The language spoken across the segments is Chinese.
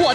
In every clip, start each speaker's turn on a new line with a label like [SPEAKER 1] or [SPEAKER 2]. [SPEAKER 1] 我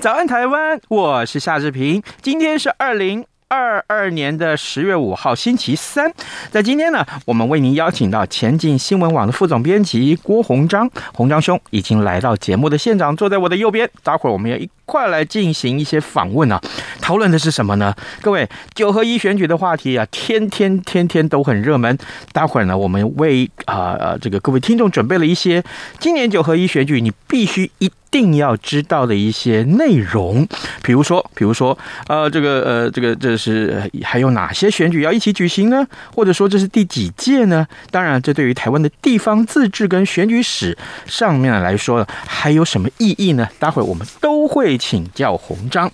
[SPEAKER 2] 早安，台湾，我是夏志平。今天是二零二二年的十月五号，星期三。在今天呢，我们为您邀请到前进新闻网的副总编辑郭鸿章，鸿章兄已经来到节目的现场，坐在我的右边。待会儿我们要一块来进行一些访问啊，讨论的是什么呢？各位，九合一选举的话题啊，天天天天都很热门。待会儿呢，我们为啊、呃、这个各位听众准备了一些今年九合一选举你必须一呃定要知道的一些内容，比如说，比如说，呃，这个呃，这个这是呃还有哪些选举要一起举行呢？或者说这是第几届呢？当然，这对于台湾的地方自治跟选举史上面来说，还有什么意义呢？待会儿我们都会请教洪章。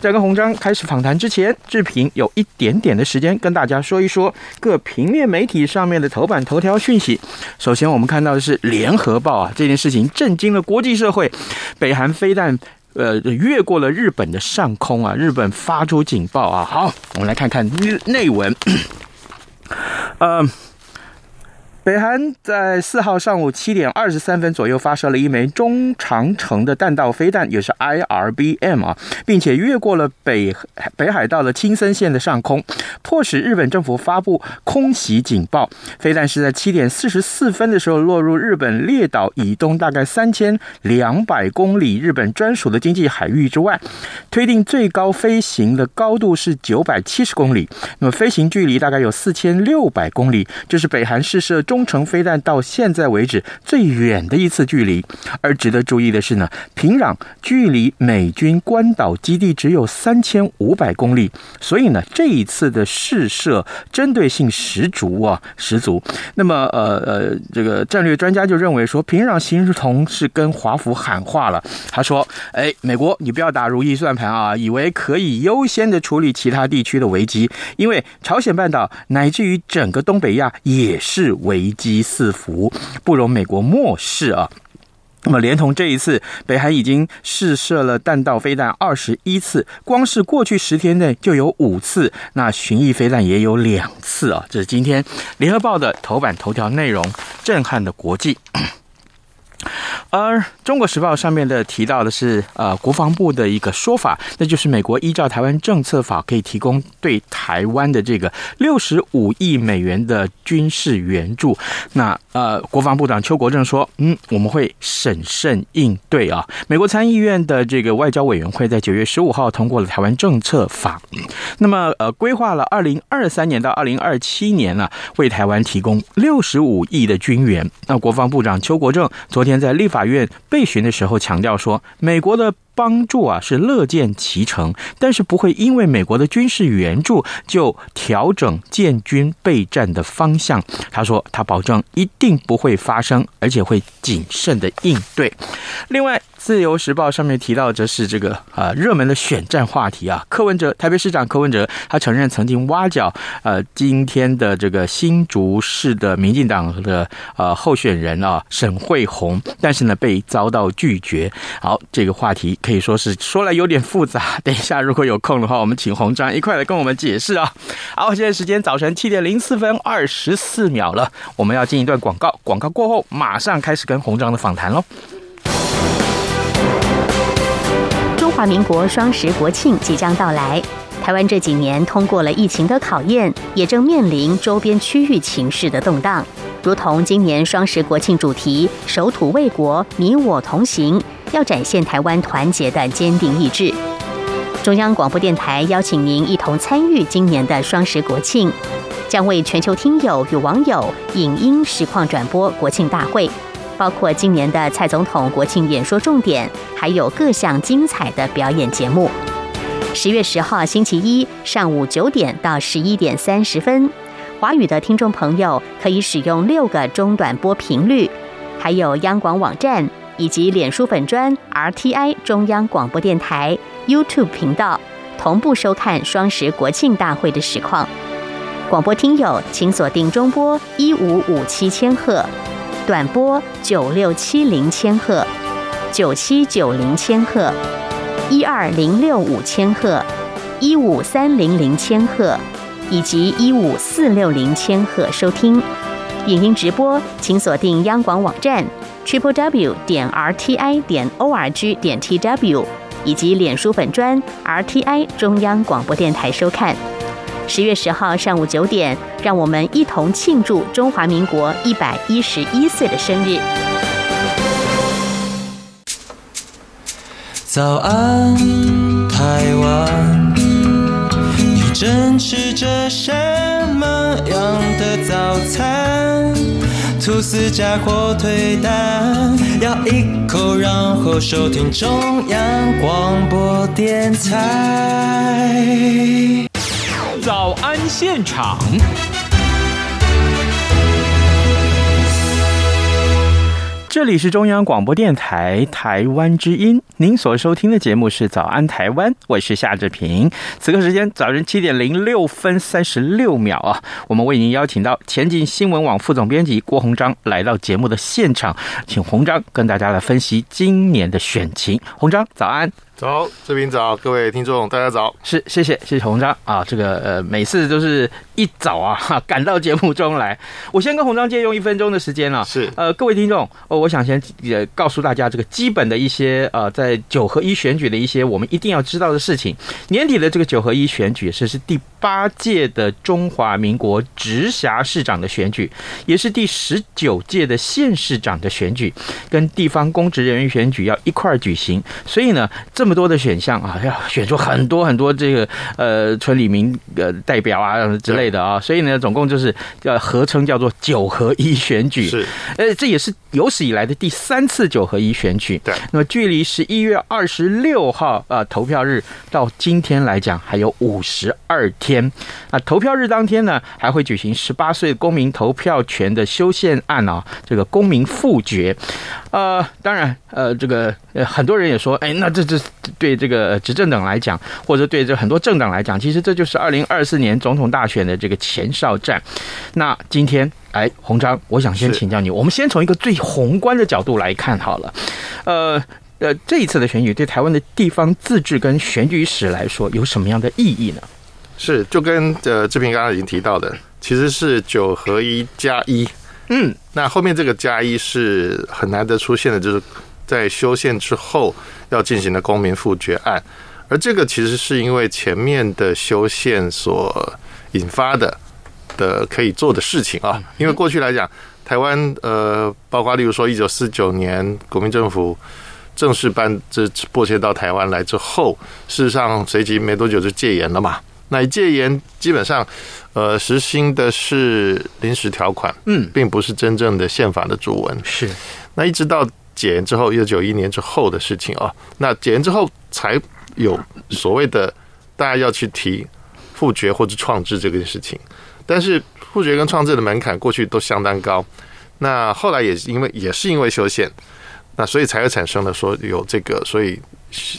[SPEAKER 2] 在跟洪章开始访谈之前，志平有一点点的时间跟大家说一说各平面媒体上面的头版头条讯息。首先，我们看到的是《联合报》啊，这件事情震惊了国际社会。北韩飞弹呃越过了日本的上空啊，日本发出警报啊。好，我们来看看日内文。呃，北韩在四号上午七点二十三分左右发射了一枚中长程的弹道飞弹，也是 IRBM 啊，并且越过了北北海道的青森县的上空，迫使日本政府发布空袭警报。飞弹是在七点四十四分的时候落入日本列岛以东大概三千两百公里日本专属的经济海域之外，推定最高飞行的高度是九百七十公里，那么飞行距离大概有四千六百公里，这是北韩试射中程飞弹到现在为止最远的一次距离。而值得注意的是呢，平壤距离美军关岛基地只有三千五百公里，所以呢，这一次的试射针对性十足啊，十足。那么，呃呃，这个战略专家就认为说，平壤形同是跟华府喊话了。他说：“哎，美国，你不要打如意算盘啊，以为可以优先的处理其他地区的危机，因为朝鲜半岛乃至于整个东北亚也是危机四伏，不容美国漠视啊。”那么，连同这一次，北韩已经试射了弹道飞弹二十一次，光是过去十天内就有五次，那巡弋飞弹也有两次啊。这是今天《联合报》的头版头条内容，震撼的国际。而《中国时报》上面的提到的是，呃，国防部的一个说法，那就是美国依照台湾政策法可以提供对台湾的这个六十五亿美元的军事援助。那呃，国防部长邱国正说，嗯，我们会审慎应对啊。美国参议院的这个外交委员会在九月十五号通过了台湾政策法，那么呃，规划了二零二三年到二零二七年呢、为台湾提供六十五亿的军援。那国防部长邱国正昨天在立法院备询的时候强调说，美国的。帮助啊是乐见其成，但是不会因为美国的军事援助就调整建军备战的方向。他说，他保证一定不会发生，而且会谨慎的应对。另外，《自由时报》上面提到，则是这个呃热门的选战话题啊。柯文哲，台北市长柯文哲，他承认曾经挖角呃今天的这个新竹市的民进党的呃候选人啊沈惠红，但是呢被遭到拒绝。好，这个话题可以说是说来有点复杂， 等一下如果有空的话，我们请红章一块来跟我们解释啊。好，现在时间早晨七点零四分二十四秒了，我们要进一段广告，广告过后马上开始跟红章的访谈喽。
[SPEAKER 3] 中华民国双十国庆即将到来，台湾这几年通过了疫情的考验，也正面临周边区域情势的动荡。如同今年双十国庆主题“守土卫国，你我同行”，要展现台湾团结的坚定意志。中央广播电台邀请您一同参与今年的双十国庆，将为全球听友与网友影音实况转播国庆大会，包括今年的蔡总统国庆演说重点，还有各项精彩的表演节目。十月十号星期一上午九点到十一点三十分，华语的听众朋友可以使用六个中短波频率，还有央广网站以及脸书粉专 RTI 中央广播电台 YouTube 频道，同步收看双十国庆大会的实况。广播听友请锁定中波一五五七千赫，短波九六七零千赫，九七九零千赫，一二零六五千赫，一五三零零千赫，以及一五四六零千赫收听。影音直播请锁定央广网站 triple w 点 r t i 点 o r g 点 t w，以及脸书粉专 r t i 中央广播电台收看。十月十号上午九点，让我们一同庆祝中华民国一百一十一岁的生日。
[SPEAKER 4] 早安，台湾，你正吃着什么样的早餐？吐司加火腿蛋，咬一口，然后收听中央广播电台。
[SPEAKER 5] 早安现场，
[SPEAKER 2] 这里是中央广播电台台湾之音，您所收听的节目是《早安台湾》，我是夏志平。此刻时间早晨七点零六分三十六秒啊，我们为您邀请到前进新闻网副总编辑郭鸿章来到节目的现场，请鸿章跟大家来分析今年的选情。鸿章，早安。
[SPEAKER 6] 早，这边早，各位听众，大家早。
[SPEAKER 2] 是，谢谢，谢谢洪章啊，这个呃，每次都是一早啊哈赶到节目中来。我先跟洪章借用一分钟的时间了、
[SPEAKER 6] 是
[SPEAKER 2] 呃，各位听众，哦，我想先也告诉大家这个基本的一些呃，在九合一选举的一些我们一定要知道的事情。年底的这个九合一选举是是第八届的中华民国直辖市长的选举，也是第十九届的县市长的选举，跟地方公职人员选举要一块儿举行。所以呢，这么多的选项啊，要选出很多很多这个呃村里民呃代表啊之类的啊。所以呢，总共就是呃合称叫做九合一选举。
[SPEAKER 6] 是，
[SPEAKER 2] 呃，这也是有史以来的第三次九合一选举。
[SPEAKER 6] 对
[SPEAKER 2] 那么距离十一月二十六号啊、呃投票日到今天来讲，还有五十二天。啊，投票日当天呢，还会举行十八岁公民投票权的修宪案啊，这个公民复决。呃，当然，呃，这个呃，很多人也说，哎，那这这对这个呃执政党来讲，或者对这很多政党来讲，其实这就是二零二四年总统大选的这个前哨战。那今天，哎，洪章，我想先
[SPEAKER 6] 是
[SPEAKER 2] 请教你，我们先从一个最宏观的角度来看好了，呃。呃，这一次的选举对台湾的地方自治跟选举史来说有什么样的意义呢？
[SPEAKER 6] 是，就跟呃志平刚刚已经提到的，其实是九合一加一。
[SPEAKER 2] 嗯，
[SPEAKER 6] 那后面这个加一是很难得出现的，就是在修宪之后要进行的公民复决案，而这个其实是因为前面的修宪所引发的的可以做的事情啊，因为过去来讲，台湾呃，包括例如说一九四九年国民政府正式搬这迫迁到台湾来之后，事实上随即没多久就戒严了嘛。那一戒严基本上，呃，实行的是临时条款，
[SPEAKER 2] 嗯
[SPEAKER 6] 并不是真正的宪法的主文。
[SPEAKER 2] 是，
[SPEAKER 6] 那一直到解严之后，一九九一年之后的事情啊，那解严之后才有所谓的大家要去提复决或者创制这个事情。但是复决跟创制的门槛过去都相当高，那后来也是因为也是因为修宪，那所以才会产生了说有这个，所以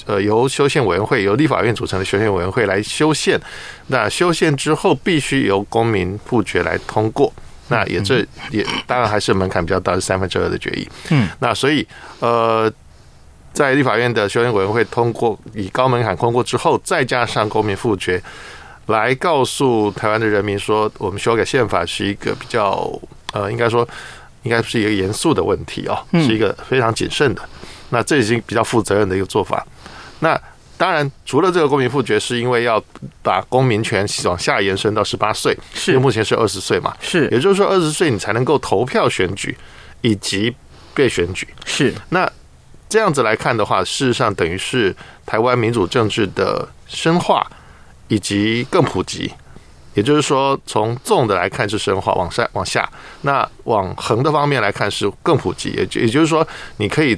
[SPEAKER 6] 呃由修宪委员会由立法院组成的修宪委员会来修宪，那修宪之后必须由公民复决来通过。那也这也当然还是门槛比较大，是三分之二的决议。
[SPEAKER 2] 嗯，
[SPEAKER 6] 那所以呃，在立法院的修宪委员会通过以高门槛通过之后，再加上公民复决，来告诉台湾的人民说，我们修改宪法是一个比较呃，应该说应该是一个严肃的问题哦，
[SPEAKER 2] 嗯
[SPEAKER 6] 是一个非常谨慎的。那这已经比较负责任的一个做法。那当然，除了这个公民复决，是因为要把公民权往下延伸到十八岁，
[SPEAKER 2] 是
[SPEAKER 6] 因为目前是二十岁嘛，
[SPEAKER 2] 是
[SPEAKER 6] 也就是说二十岁你才能够投票选举以及被选举。
[SPEAKER 2] 是，
[SPEAKER 6] 那这样子来看的话，事实上等于是台湾民主政治的深化以及更普及。也就是说，从纵的来看是深化，往上往下；那往横的方面来看是更普及。也就也就是说，你可以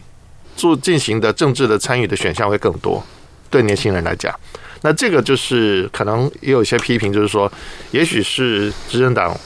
[SPEAKER 6] 做进行的政治的参与的选项会更多，对年轻人来讲。那这个就是可能也有一些批评，就是说，也许是执政党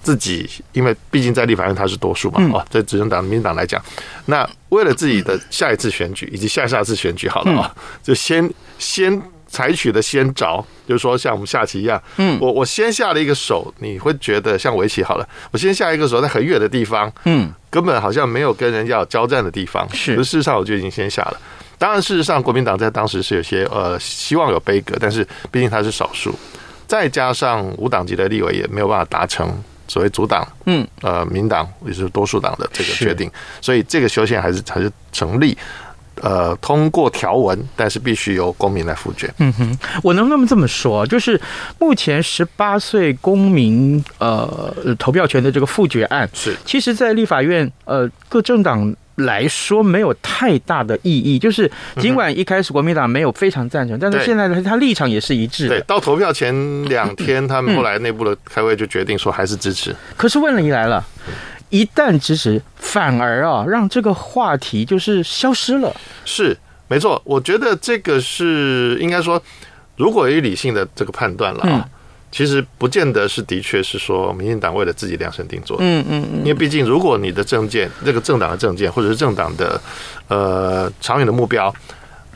[SPEAKER 6] 自己，因为毕竟在立法院他是多数嘛，
[SPEAKER 2] 嗯
[SPEAKER 6] 哦，在执政党、民进党来讲，那为了自己的下一次选举以及下下次选举，
[SPEAKER 2] 嗯
[SPEAKER 6] 好了啊、就先先采取的先着，就是说像我们下棋一样，嗯，我我先下了一个手，你会觉得像围棋好了，我先下一个手在很远的地方，
[SPEAKER 2] 嗯，
[SPEAKER 6] 根本好像没有跟人家有交战的地方。
[SPEAKER 2] 是
[SPEAKER 6] 可事实上我就已经先下了。当然，事实上国民党在当时是有些呃希望有杯葛，但是毕竟他是少数，再加上无党籍的立委也没有办法达成所谓阻挡，
[SPEAKER 2] 嗯，
[SPEAKER 6] 呃，民党也就是多数党的这个
[SPEAKER 2] 是
[SPEAKER 6] 决定，所以这个修宪还是还是成立。呃，通过条文，但是必须由公民来复决。
[SPEAKER 2] 嗯我能不能这么说？就是目前十八岁公民呃投票权的这个复决案，
[SPEAKER 6] 是
[SPEAKER 2] 其实，在立法院呃各政党。来说没有太大的意义，就是尽管一开始国民党没有非常赞成，但是
[SPEAKER 6] 对
[SPEAKER 2] 现在他立场也是一致
[SPEAKER 6] 对，
[SPEAKER 2] 的。
[SPEAKER 6] 到投票前 两天，他们后来内部的开会就决定说还是支持。
[SPEAKER 2] 可是问题来了，一旦支持，反而啊让这个话题就是消失了。
[SPEAKER 6] 是，没错，我觉得这个是应该说，如果有理性的这个判断了
[SPEAKER 2] 嗯
[SPEAKER 6] 啊，其实不见得是的确是说民进党为了自己量身定做的，
[SPEAKER 2] 嗯嗯嗯，
[SPEAKER 6] 因为毕竟如果你的政见，这个政党的政见，或者是政党的呃长远的目标，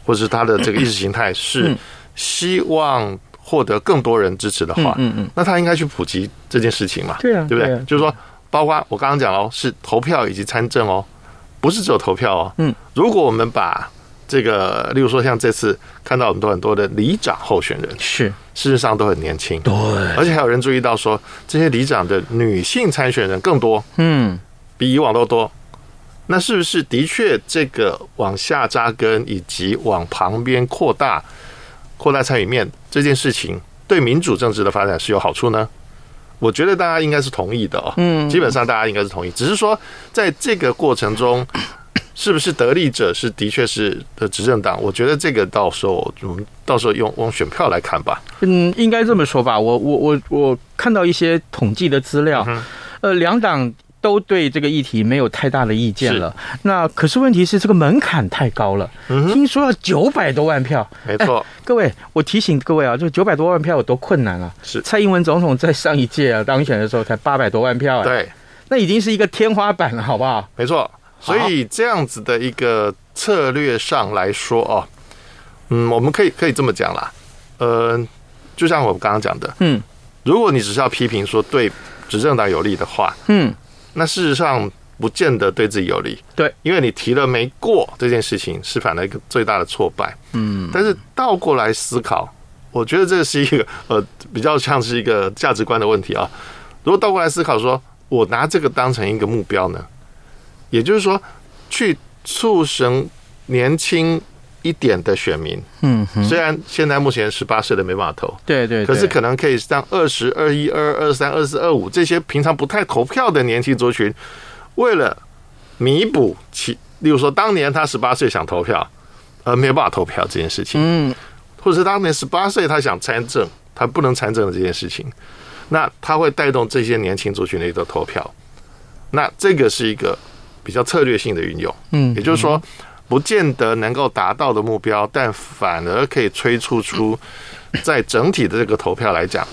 [SPEAKER 6] 或者是他的这个意识形态是
[SPEAKER 2] 嗯
[SPEAKER 6] 希望获得更多人支持的话，
[SPEAKER 2] 嗯嗯嗯
[SPEAKER 6] 那他应该去普及这件事情嘛，
[SPEAKER 2] 对啊
[SPEAKER 6] 对不对？
[SPEAKER 2] 对啊
[SPEAKER 6] 就是说，包括我刚刚讲哦，是投票以及参政哦，不是只有投票哦，
[SPEAKER 2] 嗯，
[SPEAKER 6] 如果我们把这个，例如说像这次看到很多很多的里长候选人，
[SPEAKER 2] 是
[SPEAKER 6] 事实上都很年轻，对，而且还有人注意到说，这些里长的女性参选人更多，
[SPEAKER 2] 嗯
[SPEAKER 6] 比以往都多。那是不是的确这个往下扎根以及往旁边扩大、扩大参与面这件事情，对民主政治的发展是有好处呢？我觉得大家应该是同意的哦。嗯，基本上大家应该是同意，只是说在这个过程中， 是不是得利者是的确是的执政党？我觉得这个到时候我们到时候用用选票来看吧。
[SPEAKER 2] 嗯，应该这么说吧。我我我我看到一些统计的资料，呃，两党。都对这个议题没有太大的意见了。那可是问嗯题是，这个门槛太高了，听说要九百多万票。哎
[SPEAKER 6] 没错，
[SPEAKER 2] 各位，我提醒各位啊，这九百多万票有多困难啊！
[SPEAKER 6] 是
[SPEAKER 2] 蔡英文总统在上一届啊当选的时候才八百多万票、啊，，
[SPEAKER 6] 对。
[SPEAKER 2] 那已经是一个天花板了，好不好？
[SPEAKER 6] 没错。所以这样子的一个策略上来说哦，嗯，我们可以可以这么讲啦，呃，就像我刚刚讲的，
[SPEAKER 2] 嗯
[SPEAKER 6] 如果你只是要批评说对执政党有利的话，
[SPEAKER 2] 嗯，
[SPEAKER 6] 那事实上不见得对自己有利。
[SPEAKER 2] 对，
[SPEAKER 6] 因为你提了没过这件事情，是反而一个最大的挫败。嗯，但是倒过来思考，我觉得这是一个 呃比较像是一个价值观的问题啊。如果倒过来思考说我拿这个当成一个目标呢，也就是说，去促成年轻一点的选民。
[SPEAKER 2] 嗯，
[SPEAKER 6] 虽然现在目前十八岁的没办法投，
[SPEAKER 2] 对对对。
[SPEAKER 6] 可是可能可以让二十二、一二、二三、二四、二五这些平常不太投票的年轻族群，为了弥补其，例如说当年他十八岁想投票，而没有办法投票这件事情，
[SPEAKER 2] 嗯，
[SPEAKER 6] 或者是当年十八岁他想参政，他不能参政的这件事情，那他会带动这些年轻族群的一个投票，那这个是一个比较策略性的运用，
[SPEAKER 2] 嗯
[SPEAKER 6] 也就是说，不见得能够达到的目标，但反而可以催促出在整体的这个投票来讲，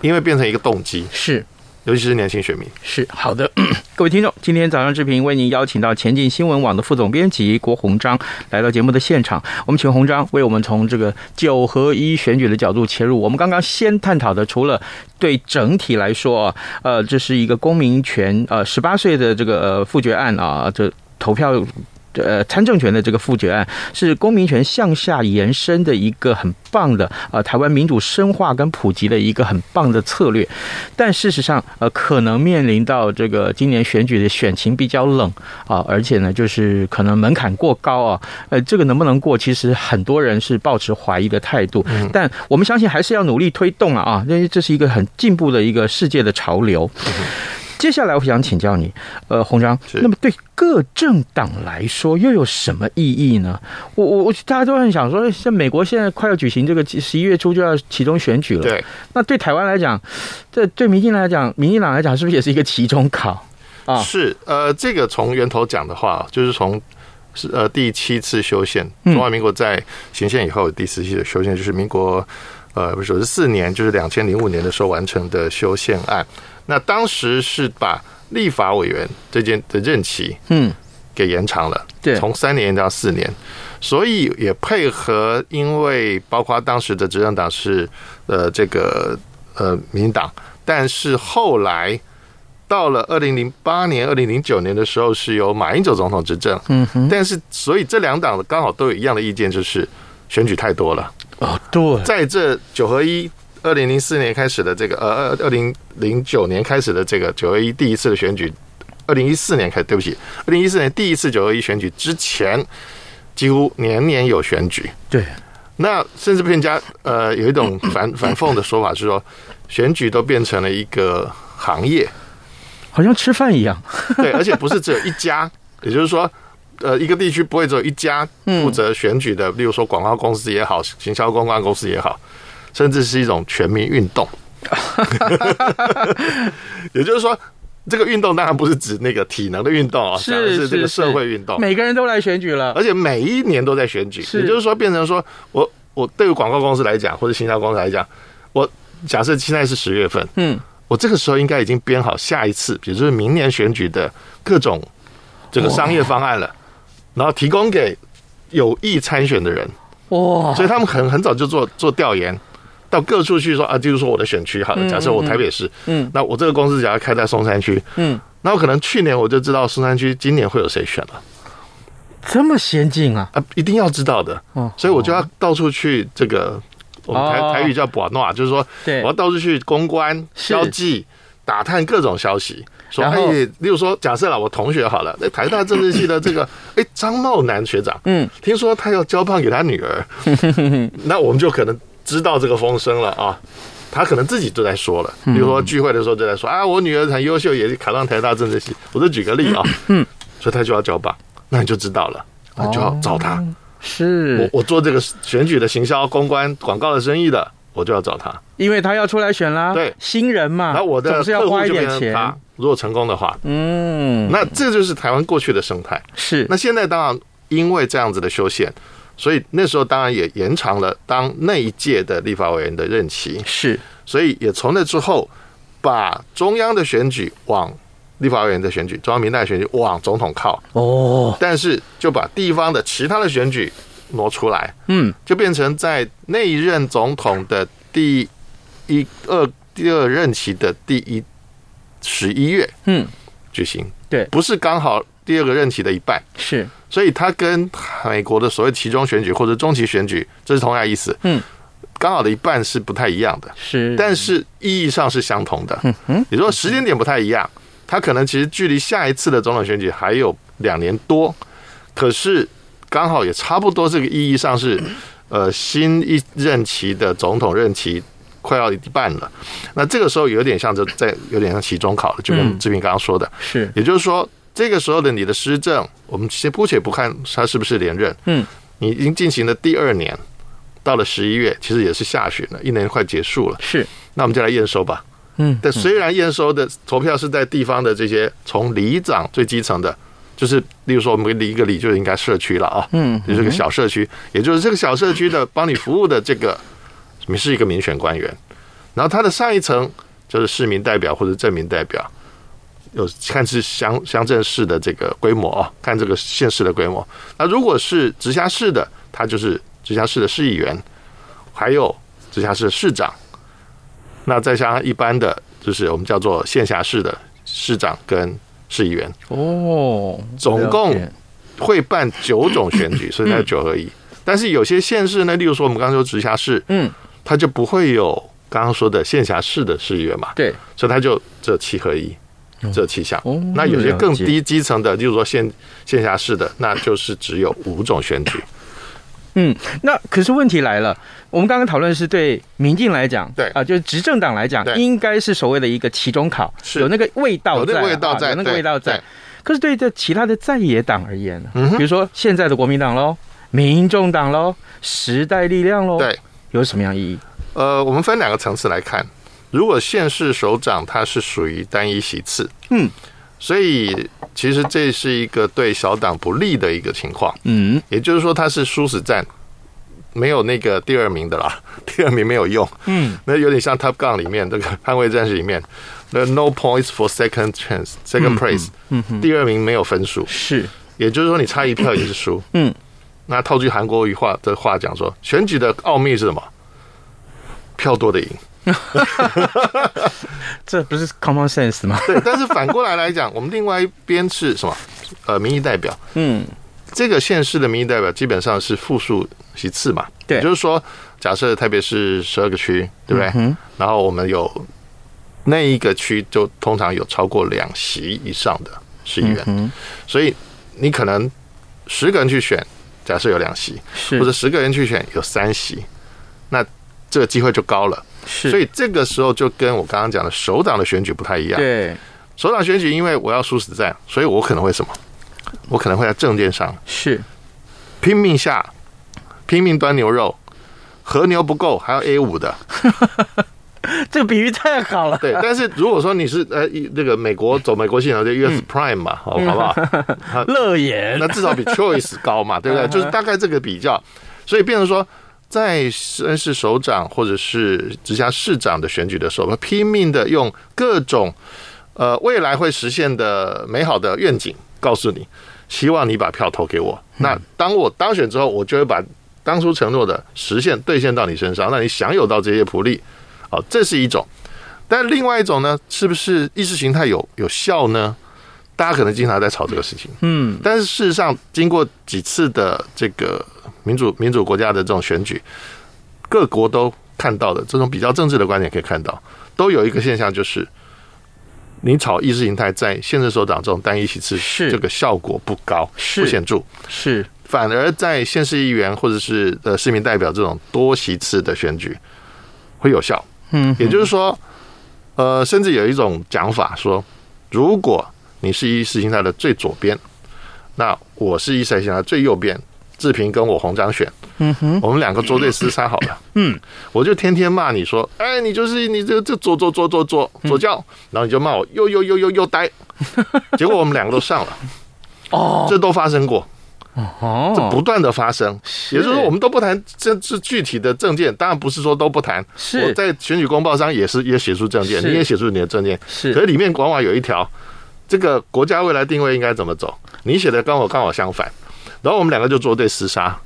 [SPEAKER 6] 因为变成一个动机，
[SPEAKER 2] 是。
[SPEAKER 6] 尤其是年轻选民。
[SPEAKER 2] 是好的， 各位听众，今天早上志平为您邀请到前进新闻网的副总编辑郭鸿章来到节目的现场，我们请鸿章为我们从这个九合一选举的角度切入。我们刚刚先探讨的，除了对整体来说啊，呃，这是一个公民权呃十八岁的这个呃复决案啊，这投票。呃，参政权的这个复决案是公民权向下延伸的一个很棒的呃，台湾民主深化跟普及的一个很棒的策略。但事实上，呃，可能面临到这个今年选举的选情比较冷啊，而且呢，就是可能门槛过高啊，呃，这个能不能过，其实很多人是抱持怀疑的态度。
[SPEAKER 6] 嗯
[SPEAKER 2] 但我们相信还是要努力推动啊啊，因为这是一个很进步的一个世界的潮流。接下来我想请教你，呃，洪章，
[SPEAKER 6] 嗯是
[SPEAKER 2] 那么对各政党来说又有什么意义呢？我我我，大家都很想说，像美国现在快要举行这个十一月初就要其中选举了，
[SPEAKER 6] 对，
[SPEAKER 2] 那对台湾来讲，这对民进党来讲，民进党来讲是不是也是一个期中考？啊
[SPEAKER 6] 是呃，这个从源头讲的话，就是从是
[SPEAKER 2] 嗯
[SPEAKER 6] 呃第七次修宪，中华民国在行宪以后第十七次修宪，就是民国。呃，不是九十四年，就是两千零五年的时候完成的修宪案。那当时是把立法委员这件的任期
[SPEAKER 2] 嗯，
[SPEAKER 6] 给延长了，
[SPEAKER 2] 对
[SPEAKER 6] 从三年延长到四年，所以也配合，因为包括当时的执政党是呃这个呃民进党，但是后来到了二零零八年、二零零九年的时候，是由马英九总统执政，嗯哼，但是所以这两党刚好都有一样的意见，就是选举太多了，
[SPEAKER 2] 哦，对，
[SPEAKER 6] 在这九合一。二零零四年开始的这个，呃，二二零零九年开始的这个九合一第一次的选举，二零一四年开始，对不起，二零一四年第一次九合一选举之前，几乎年年有选举。
[SPEAKER 2] 对，
[SPEAKER 6] 那甚至被人家呃有一种反 反讽的说法是说，选举都变成了一个行业，
[SPEAKER 2] 好像吃饭一样。
[SPEAKER 6] 对，而且不是只有一家，也就是说。呃，一个地区不会只有一家负责选举的，例如说广告公司也好，行销公关公司也好，甚至是一种全民运 动。也就是说，这个运动当然不是指那个体能的运动啊，讲的是这个社会运动。
[SPEAKER 2] 每个人都来选举了。
[SPEAKER 6] 而且每一年都在选举，
[SPEAKER 2] 是
[SPEAKER 6] 也就是说，变成说我我对于广告公司来讲，或者行销公司来讲，我假设现在是十月份，
[SPEAKER 2] 嗯，
[SPEAKER 6] 我这个时候应该已经编好下一次，也就是明年选举的各种这个商业方案了，然后提供给有意参选的人，
[SPEAKER 2] 哇，
[SPEAKER 6] 所以他们很很早就做做调研。到各处去说啊，就是说我的选区好了，假设我台北市，
[SPEAKER 2] 嗯，
[SPEAKER 6] 那我这个公司假如开在松山区，
[SPEAKER 2] 嗯，
[SPEAKER 6] 那我可能去年我就知道松山区今年会有谁选了。
[SPEAKER 2] 这么先进啊！
[SPEAKER 6] 啊，一定要知道的。
[SPEAKER 2] 哦
[SPEAKER 6] 所以我就要到处去这个，我们台、
[SPEAKER 2] 哦
[SPEAKER 6] 台语叫“把诺”，就是说
[SPEAKER 2] 对
[SPEAKER 6] 我要到处去公关、
[SPEAKER 2] 是
[SPEAKER 6] 交际、打探各种消息。说，
[SPEAKER 2] 然
[SPEAKER 6] 哎
[SPEAKER 2] 后，
[SPEAKER 6] 例如说，假设了我同学好了，那台大政治系的 这个，哎，张茂南学长，
[SPEAKER 2] 嗯，
[SPEAKER 6] 听说他要交棒给他女儿， 那我们就可能知道这个风声了啊。他可能自己就在说了，
[SPEAKER 2] 嗯
[SPEAKER 6] 比如说聚会的时候就在说、啊，我女儿很优秀，也考上台大政治系。我就举个例啊，嗯，所以他就要交棒，那你就知道了，那你就要找他。
[SPEAKER 2] 哦是
[SPEAKER 6] 我我做这个选举的行销、公关、广告的生意的，我就要找他。
[SPEAKER 2] 因为他要出来选啦，
[SPEAKER 6] 对
[SPEAKER 2] 新人嘛，
[SPEAKER 6] 然后我的
[SPEAKER 2] 啊总是要
[SPEAKER 6] 客户
[SPEAKER 2] 花一
[SPEAKER 6] 就变
[SPEAKER 2] 点
[SPEAKER 6] 成他
[SPEAKER 2] 钱。。
[SPEAKER 6] 如果成功的话，
[SPEAKER 2] 嗯，
[SPEAKER 6] 那这就是台湾过去的生态。
[SPEAKER 2] 是
[SPEAKER 6] 那现在当然因为这样子的修宪，所以那时候当然也延长了当那一届的立法委员的任期，
[SPEAKER 2] 是
[SPEAKER 6] 所以也从那之后把中央的选举往立法委员的选举、中央民代的选举往总统靠。
[SPEAKER 2] 哦，
[SPEAKER 6] 但是就把地方的其他的选举挪出来，
[SPEAKER 2] 嗯，
[SPEAKER 6] 就变成在那一任总统的第一二第二任期的第一十一月
[SPEAKER 2] 嗯，
[SPEAKER 6] 举行，
[SPEAKER 2] 对
[SPEAKER 6] 不是刚好第二个任期的一半，
[SPEAKER 2] 是
[SPEAKER 6] 所以它跟美国的所谓期中选举或者中期选举，这是同样意思，
[SPEAKER 2] 嗯，
[SPEAKER 6] 刚好的一半是不太一样的，
[SPEAKER 2] 是，
[SPEAKER 6] 但是意义上是相同的。你说时间点不太一样，它可能其实距离下一次的总统选举还有两年多，可是刚好也差不多这个意义上是，呃，新一任期的总统任期。快要一半了，那这个时候有点像就在有点像期中考了，就跟志平刚刚说的，
[SPEAKER 2] 是
[SPEAKER 6] 也就是说，这个时候的你的施政，我们先姑且不看他是不是连任，
[SPEAKER 2] 嗯，
[SPEAKER 6] 你已经进行了第二年，到了十一月，其实也是下旬了，一年快结束了，
[SPEAKER 2] 是，
[SPEAKER 6] 那我们就来验收吧。
[SPEAKER 2] 嗯，
[SPEAKER 6] 但虽然验收的投票是在地方的这些从里长最基层的，就是例如说我们离一个里就应该社区了啊，
[SPEAKER 2] 嗯，
[SPEAKER 6] 就是个小社区，也就是这个小社区的帮你服务的这个，你是一个民选官员，然后他的上一层就是市民代表或者镇民代表，有看是乡乡镇市的这个规模啊，看这个县市的规模。那如果是直辖市的，他就是直辖市的市议员，还有直辖市的市长。那再加上一般的，就是我们叫做县辖市的市长跟市议员，
[SPEAKER 2] 哦，
[SPEAKER 6] 总
[SPEAKER 2] 了
[SPEAKER 6] 共
[SPEAKER 2] 解
[SPEAKER 6] 会办九种选 举，所以它是九合一。但是有些县市呢，例如说我们刚刚说直辖市，
[SPEAKER 2] 嗯，
[SPEAKER 6] 它就不会有刚刚说的县辖市的市议员嘛，
[SPEAKER 2] 对，
[SPEAKER 6] 所以它就这七合一，这七项
[SPEAKER 2] 哦。
[SPEAKER 6] 那有些更
[SPEAKER 2] 了解
[SPEAKER 6] 低基层的，例如说县县辖市的，那就是只有五种选举。
[SPEAKER 2] 嗯，那可是问题来了，我们刚刚讨论是对民进来讲，
[SPEAKER 6] 对
[SPEAKER 2] 啊、就是执政党来讲，
[SPEAKER 6] 对
[SPEAKER 2] 应该是所谓的一个期中考，
[SPEAKER 6] 是
[SPEAKER 2] 有那个味道
[SPEAKER 6] 有
[SPEAKER 2] 在
[SPEAKER 6] 那
[SPEAKER 2] 啊，
[SPEAKER 6] 个味道在
[SPEAKER 2] 有那个
[SPEAKER 6] 对
[SPEAKER 2] 味道在
[SPEAKER 6] 对。
[SPEAKER 2] 可是对这其他的在野党而言呢、
[SPEAKER 6] 嗯哼
[SPEAKER 2] 比如说现在的国民党喽、民众党喽、时代力量喽，
[SPEAKER 6] 对，
[SPEAKER 2] 有什么样意义？
[SPEAKER 6] 呃，我们分两个层次来看。如果县市首长他是属于单一席次，
[SPEAKER 2] 嗯，
[SPEAKER 6] 所以其实这是一个对小党不利的一个情况。
[SPEAKER 2] 嗯，
[SPEAKER 6] 也就是说，它是殊死战，没有那个第二名的啦， 第二名没有用。
[SPEAKER 2] 嗯，
[SPEAKER 6] 那有点像 Top Gun 里面这个《捍卫战士》里面，那 No points for second chance,
[SPEAKER 2] 嗯
[SPEAKER 6] second place，、第二名没有分数，
[SPEAKER 2] 是
[SPEAKER 6] 也就是说你差一票也是输。
[SPEAKER 2] 嗯，
[SPEAKER 6] 那套句韩国语话的话讲说，选举的奥秘是什么？票多的赢。
[SPEAKER 2] 这不是 common sense 吗？
[SPEAKER 6] 对，但是反过来来讲，我们另外一边是什么？呃，民意代表。
[SPEAKER 2] 嗯，
[SPEAKER 6] 这个县市的民意代表基本上是复数其次嘛，
[SPEAKER 2] 对嗯
[SPEAKER 6] 也就是说，假设台北市十二个区，对不对？然后我们有那一个区就通常有超过两席以上的市议员，
[SPEAKER 2] 嗯
[SPEAKER 6] 所以你可能十个人去选，假设有两席，
[SPEAKER 2] 是
[SPEAKER 6] 或者十个人去选有三席，那这个机会就高了。
[SPEAKER 2] 是，
[SPEAKER 6] 所以这个时候就跟我刚刚讲的首长的选举不太一样。
[SPEAKER 2] 对
[SPEAKER 6] 首长选举，因为我要殊死战，所以我可能会什么？我可能会在政见上
[SPEAKER 2] 是
[SPEAKER 6] 拼命下，拼命端牛肉，和牛不够还要 A 五的。
[SPEAKER 2] 这个比喻太好 了。
[SPEAKER 6] 对，但是如果说你是呃一那个美国走美国系统就
[SPEAKER 2] 嗯
[SPEAKER 6] US Prime 嘛，好好不好？
[SPEAKER 2] 乐言
[SPEAKER 6] 那至少比 Choice 高嘛，对不对？就是大概这个比较，所以变成说。在恩市首长或者是直辖市长的选举的时候，拼命的用各种呃未来会实现的美好的愿景告诉你，希望你把票投给我。那当我当选之后，我就会把当初承诺的实现兑现到你身上，让你享有到这些福利。好、这是一种。但另外一种呢，是不是意识形态有有效呢？大家可能经常在吵这个事情，嗯，但是事实上，经过几次的这个民主民主国家的这种选举，各国都看到的这种比较政治的观点可以看到，都有一个现象就是，你炒意识形态在现任首长这种单一席次，
[SPEAKER 2] 是
[SPEAKER 6] 这个效果不高，
[SPEAKER 2] 是
[SPEAKER 6] 不显著，
[SPEAKER 2] 是
[SPEAKER 6] 反而在县市议员或者是呃市民代表这种多席次的选举会有效。
[SPEAKER 2] 嗯，
[SPEAKER 6] 也就是说，呃，甚至有一种讲法说，如果你是意识形态的最左边，那我是意识形态的最右边，志平跟我红章选，嗯哼，我们两个捉对厮杀好了，嗯，我就天天骂你说，哎，你就是你这这左左左左左左教，然后你就骂我右右右右右呆，结果我们两个都上了， 哦，这都发生过，这
[SPEAKER 2] 哦，
[SPEAKER 6] 不断的发生，也就是说，我们都不谈政治具体的证件，当然不是说都不谈。
[SPEAKER 2] 是
[SPEAKER 6] 我在选举公报上也是也写出证件，
[SPEAKER 2] 是
[SPEAKER 6] 你也写出你的证件，
[SPEAKER 2] 是
[SPEAKER 6] 可是里面往往有一条，这个国家未来定位应该怎么走，你写的跟我刚好相反，然后我们两个就作对厮杀，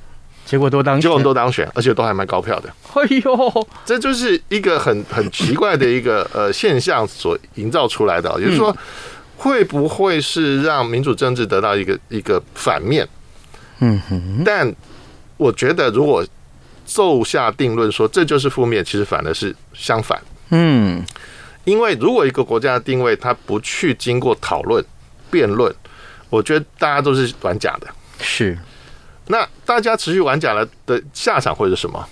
[SPEAKER 2] 结果多当
[SPEAKER 6] 结
[SPEAKER 2] 选
[SPEAKER 6] 果我们都当选，而且都还蛮高票的。
[SPEAKER 2] 哎呦，
[SPEAKER 6] 这就是一个很 很奇怪的一个呃现象所营造出来的哦，也就是说，会不会是让民主政治得到一个一个反面？嗯哼。但我觉得，如果奏下定论说这就是负面，其实反而是相反，
[SPEAKER 2] 嗯，
[SPEAKER 6] 因为如果一个国家的定位它不去经过讨论、辩论，我觉得大家都是玩假的。
[SPEAKER 2] 是
[SPEAKER 6] 那大家持续玩假了的下场会是什么？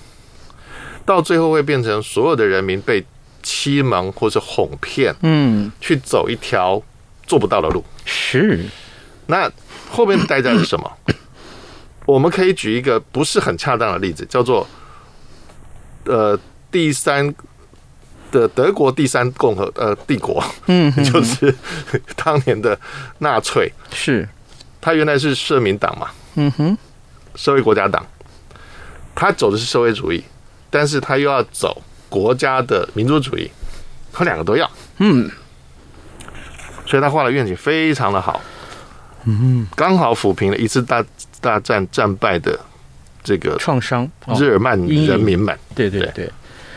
[SPEAKER 6] 到最后会变成所有的人民被欺蒙或是哄骗，
[SPEAKER 2] 嗯
[SPEAKER 6] 去走一条做不到的路。
[SPEAKER 2] 是
[SPEAKER 6] 那后面的代价是什 么？我们可以举一个不是很恰当的例子，叫做呃第三的德国第三共和呃帝国，嗯， 就是当年的纳粹，
[SPEAKER 2] 是
[SPEAKER 6] 他原来是社民党嘛，
[SPEAKER 2] 嗯哼
[SPEAKER 6] 社会国家党，他走的是社会主义，但是他又要走国家的民族主义，他两个都要。
[SPEAKER 2] 嗯，
[SPEAKER 6] 所以他画的愿景非常的好，嗯，刚好抚平了一次大大战战败的这个
[SPEAKER 2] 创伤哦
[SPEAKER 6] 日耳曼
[SPEAKER 2] 阴影
[SPEAKER 6] 人民们。
[SPEAKER 2] 对对
[SPEAKER 6] 对
[SPEAKER 2] 对。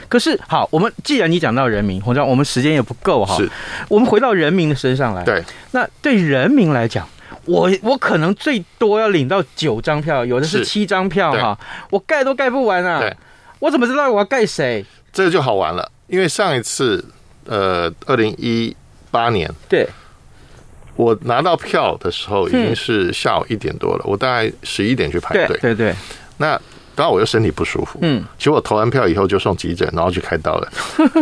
[SPEAKER 2] 可是好，我们既然你讲到人民，洪章，我们时间也不够哈，
[SPEAKER 6] 是
[SPEAKER 2] 我们回到人民的身上来。，
[SPEAKER 6] 对，
[SPEAKER 2] 那对人民来讲，我我可能最多要领到九张票，有的是
[SPEAKER 6] 是
[SPEAKER 2] 七张票
[SPEAKER 6] 对
[SPEAKER 2] 哈，我盖都盖不完啊。
[SPEAKER 6] 对，
[SPEAKER 2] 我怎么知道我要盖谁？
[SPEAKER 6] 这就好玩了，因为上一次呃，二零一八年
[SPEAKER 2] 对，
[SPEAKER 6] 我拿到票的时候已经是下午一点多了，我大概十一点去
[SPEAKER 2] 嗯
[SPEAKER 6] 排
[SPEAKER 2] 对
[SPEAKER 6] 队，
[SPEAKER 2] 对对，
[SPEAKER 6] 那当然我又身体不舒服，
[SPEAKER 2] 嗯，
[SPEAKER 6] 其实我投完票以后就送急诊，然后去开刀了。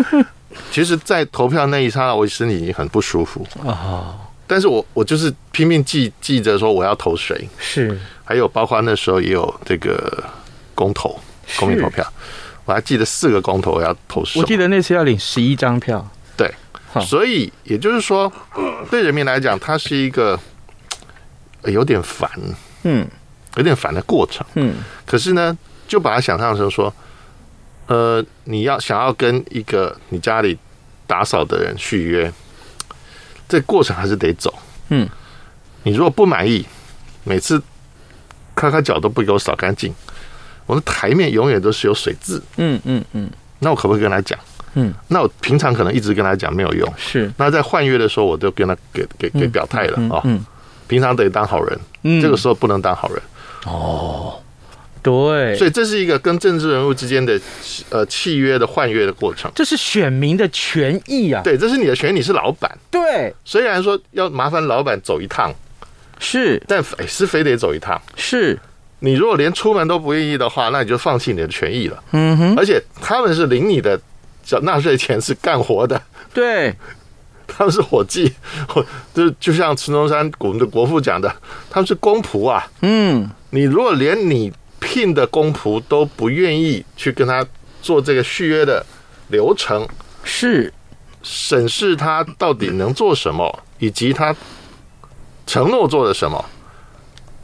[SPEAKER 6] 其实，在投票那一刹那，我身体已经很不舒服哦，但是我我就是拼命记记着说我要投谁，
[SPEAKER 2] 是
[SPEAKER 6] 还有包括那时候也有这个公投、公民投票，我还记得四个公投我要投谁。
[SPEAKER 2] 我记得那次要领十一张票，
[SPEAKER 6] 对，所以也就是说，对人民来讲，它是一个呃有点烦，
[SPEAKER 2] 嗯
[SPEAKER 6] 有点烦的过程。
[SPEAKER 2] 嗯，
[SPEAKER 6] 可是呢，就把它想象成说，呃，你要想要跟一个你家里打扫的人续约，这过程还是得走。
[SPEAKER 2] 嗯，
[SPEAKER 6] 你如果不满意，每次咔咔脚都不给我扫干净，我的台面永远都是有水渍，
[SPEAKER 2] 嗯嗯嗯，
[SPEAKER 6] 那我可不可以跟他讲？
[SPEAKER 2] 嗯，
[SPEAKER 6] 那我平常可能一直跟他讲没有用，
[SPEAKER 2] 是，
[SPEAKER 6] 那在换约的时候，我都跟他给给给表态了啊、哦
[SPEAKER 2] 嗯，
[SPEAKER 6] 平常得当好人，
[SPEAKER 2] 嗯
[SPEAKER 6] 这个时候不能当好人。
[SPEAKER 2] 对，
[SPEAKER 6] 所以这是一个跟政治人物之间的呃契约的换约的过程。
[SPEAKER 2] 这是选民的权益啊，
[SPEAKER 6] 对，这是你的权利，你是老板。
[SPEAKER 2] 对，
[SPEAKER 6] 虽然说要麻烦老板走一趟，
[SPEAKER 2] 是
[SPEAKER 6] 但哎是非得走一趟。
[SPEAKER 2] 是，
[SPEAKER 6] 你如果连出门都不愿意的话，那你就放弃你的权益了。
[SPEAKER 2] 嗯哼，
[SPEAKER 6] 而且他们是领你的缴纳税钱是干活的，
[SPEAKER 2] 对，
[SPEAKER 6] 他们是伙 计，伙就是就像孙中山我们的国父讲的，他们是公仆啊。
[SPEAKER 2] 嗯，
[SPEAKER 6] 你如果连你聘的公仆都不愿意去跟他做这个续约的流程，
[SPEAKER 2] 是
[SPEAKER 6] 审视他到底能做什么，以及他承诺做了什么。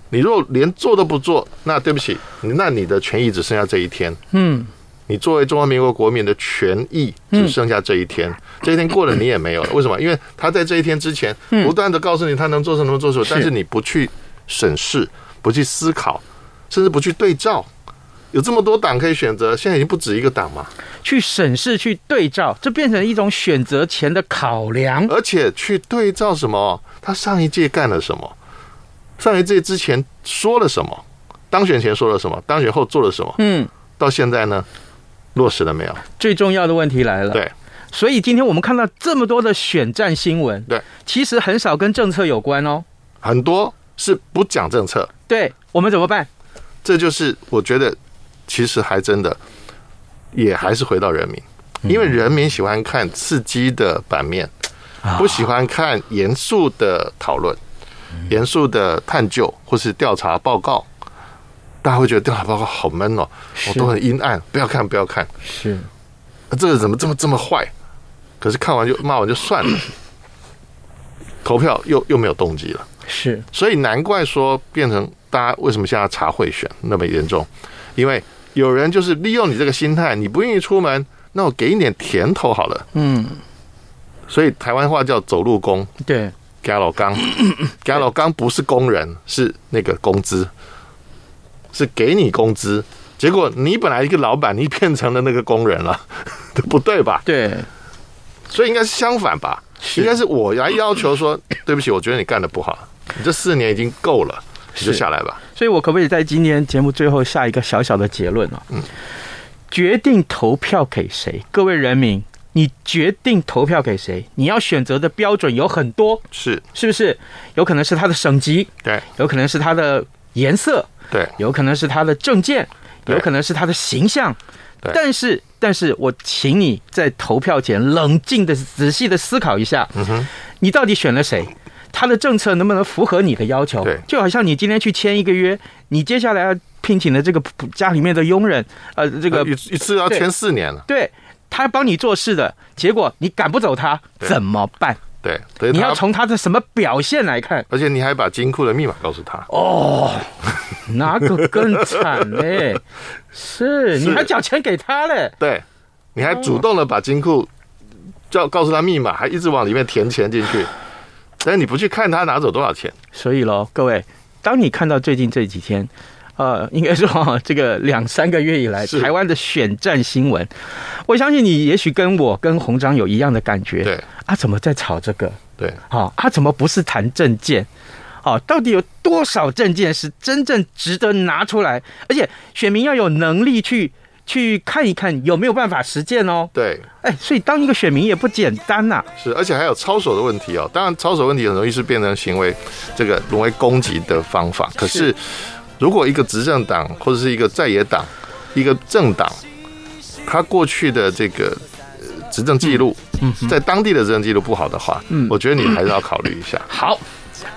[SPEAKER 6] 你如果连做都不做，那对不起，那你的权益只剩下这一天。
[SPEAKER 2] 嗯，
[SPEAKER 6] 你作为中华民国国民的权益只剩下这一天，这一天过了你也没有了。为什么？因为他在这一天之前不断的告诉你他能做什么能做什么，但是你不去审视，不去思考，甚至不去对照。有这么多党可以选择，现在已经不止一个党嘛。
[SPEAKER 2] 去审视、去对照，这变成一种选择前的考量。
[SPEAKER 6] 而且去对照什么？他上一届干了什么？上一届之前说了什么？当选前说了什么？当选后做了什么？
[SPEAKER 2] 嗯，
[SPEAKER 6] 到现在呢，落实了没有？
[SPEAKER 2] 最重要的问题来了。
[SPEAKER 6] 对，
[SPEAKER 2] 所以今天我们看到这么多的选战新闻，
[SPEAKER 6] 对，
[SPEAKER 2] 其实很少跟政策有关哦。
[SPEAKER 6] 很多是不讲政策，
[SPEAKER 2] 对我们怎么办？
[SPEAKER 6] 这就是我觉得，其实还真的也还是回到人民，因为人民喜欢看刺激的版面，不喜欢看严肃的讨论、严肃的探究或是调查报告。大家会觉得调查报告好闷哦，我都很阴暗，不要看，不要看，
[SPEAKER 2] 是
[SPEAKER 6] 啊这个人怎么这么这么坏？可是看完就骂完就算了， 投票又又没有动机了。
[SPEAKER 2] 是，
[SPEAKER 6] 所以难怪说变成大家为什么现在查贿选那么严重，因为有人就是利用你这个心态，你不愿意出门，那我给你点甜头好了。
[SPEAKER 2] 嗯，
[SPEAKER 6] 所以台湾话叫走路工
[SPEAKER 2] 对，
[SPEAKER 6] g a l 刚 g a l 刚不是工人，是那个工资，是给你工资。结果你本来一个老板，你变成了那个工人了， 这不对吧？
[SPEAKER 2] 对，
[SPEAKER 6] 所以应该是相反吧？应该是我来要求说， 对不起，我觉得你干的不好，你这四年已经够了，你就是下来吧。
[SPEAKER 2] 所以我可不可以在今天节目最后下一个小小的结论啊？嗯，决定投票给谁，各位人民，你决定投票给谁，你要选择的标准有很多，
[SPEAKER 6] 是
[SPEAKER 2] 是不是？有可能是他的省级，
[SPEAKER 6] 对
[SPEAKER 2] 有可能是他的颜色，
[SPEAKER 6] 对
[SPEAKER 2] 有可能是他的证件，
[SPEAKER 6] 对
[SPEAKER 2] 有可能是他的形象。
[SPEAKER 6] 对
[SPEAKER 2] 但是，但是我请你在投票前冷静的、仔细的思考一下，
[SPEAKER 6] 嗯
[SPEAKER 2] 你到底选了谁？他的政策能不能符合你的要求
[SPEAKER 6] 对？
[SPEAKER 2] 就好像你今天去签一个约，你接下来要聘请的这个仆家里面的佣人，呃，这个
[SPEAKER 6] 一一次要签四年了，
[SPEAKER 2] 对他帮你做事的，结果你赶不走他，
[SPEAKER 6] 对
[SPEAKER 2] 怎么办？
[SPEAKER 6] 对，所以
[SPEAKER 2] 你
[SPEAKER 6] 他
[SPEAKER 2] 要从他的什么表现来看？
[SPEAKER 6] 而且你还把金库的密码告诉他，
[SPEAKER 2] 哦哪个更惨嘞？ 是，你
[SPEAKER 6] 是
[SPEAKER 2] 还缴钱给他嘞？
[SPEAKER 6] 对，你还主动的把金库叫告诉他密码，还一直往里面填钱进去，但是你不去看他拿走多少钱，
[SPEAKER 2] 所以喽，各位，当你看到最近这几天，呃，应该说哈，这个两三个月以来
[SPEAKER 6] 是
[SPEAKER 2] 台湾的选战新闻，我相信你也许跟我跟洪章有一样的感觉。
[SPEAKER 6] 对
[SPEAKER 2] 啊，怎么在炒这个？
[SPEAKER 6] 对
[SPEAKER 2] 啊，啊，怎么不是谈证件？啊，到底有多少证件是真正值得拿出来？而且选民要有能力去去看一看有没有办法实践哦。
[SPEAKER 6] 对
[SPEAKER 2] 哎，所以当一个选民也不简单呐、
[SPEAKER 6] 是，而且还有操守的问题哦。当然，操守问题很容易是变成行为这个沦为攻击的方法。可是，如果一个执政党或者是一个在野党、一个政党，他过去的这个呃执政记录，在当地的执政记录不好的话，我觉得你还是要考虑一下。
[SPEAKER 2] 好，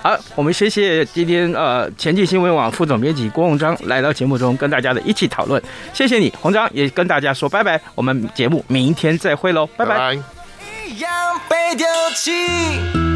[SPEAKER 2] 好，我们谢谢今天呃前进新闻网副总编辑郭鸿章来到节目中跟大家的一起讨论，谢谢你，鸿章也跟大家说拜拜，我们节目明天再会喽，拜拜
[SPEAKER 6] 拜拜
[SPEAKER 4] 一样被丢弃。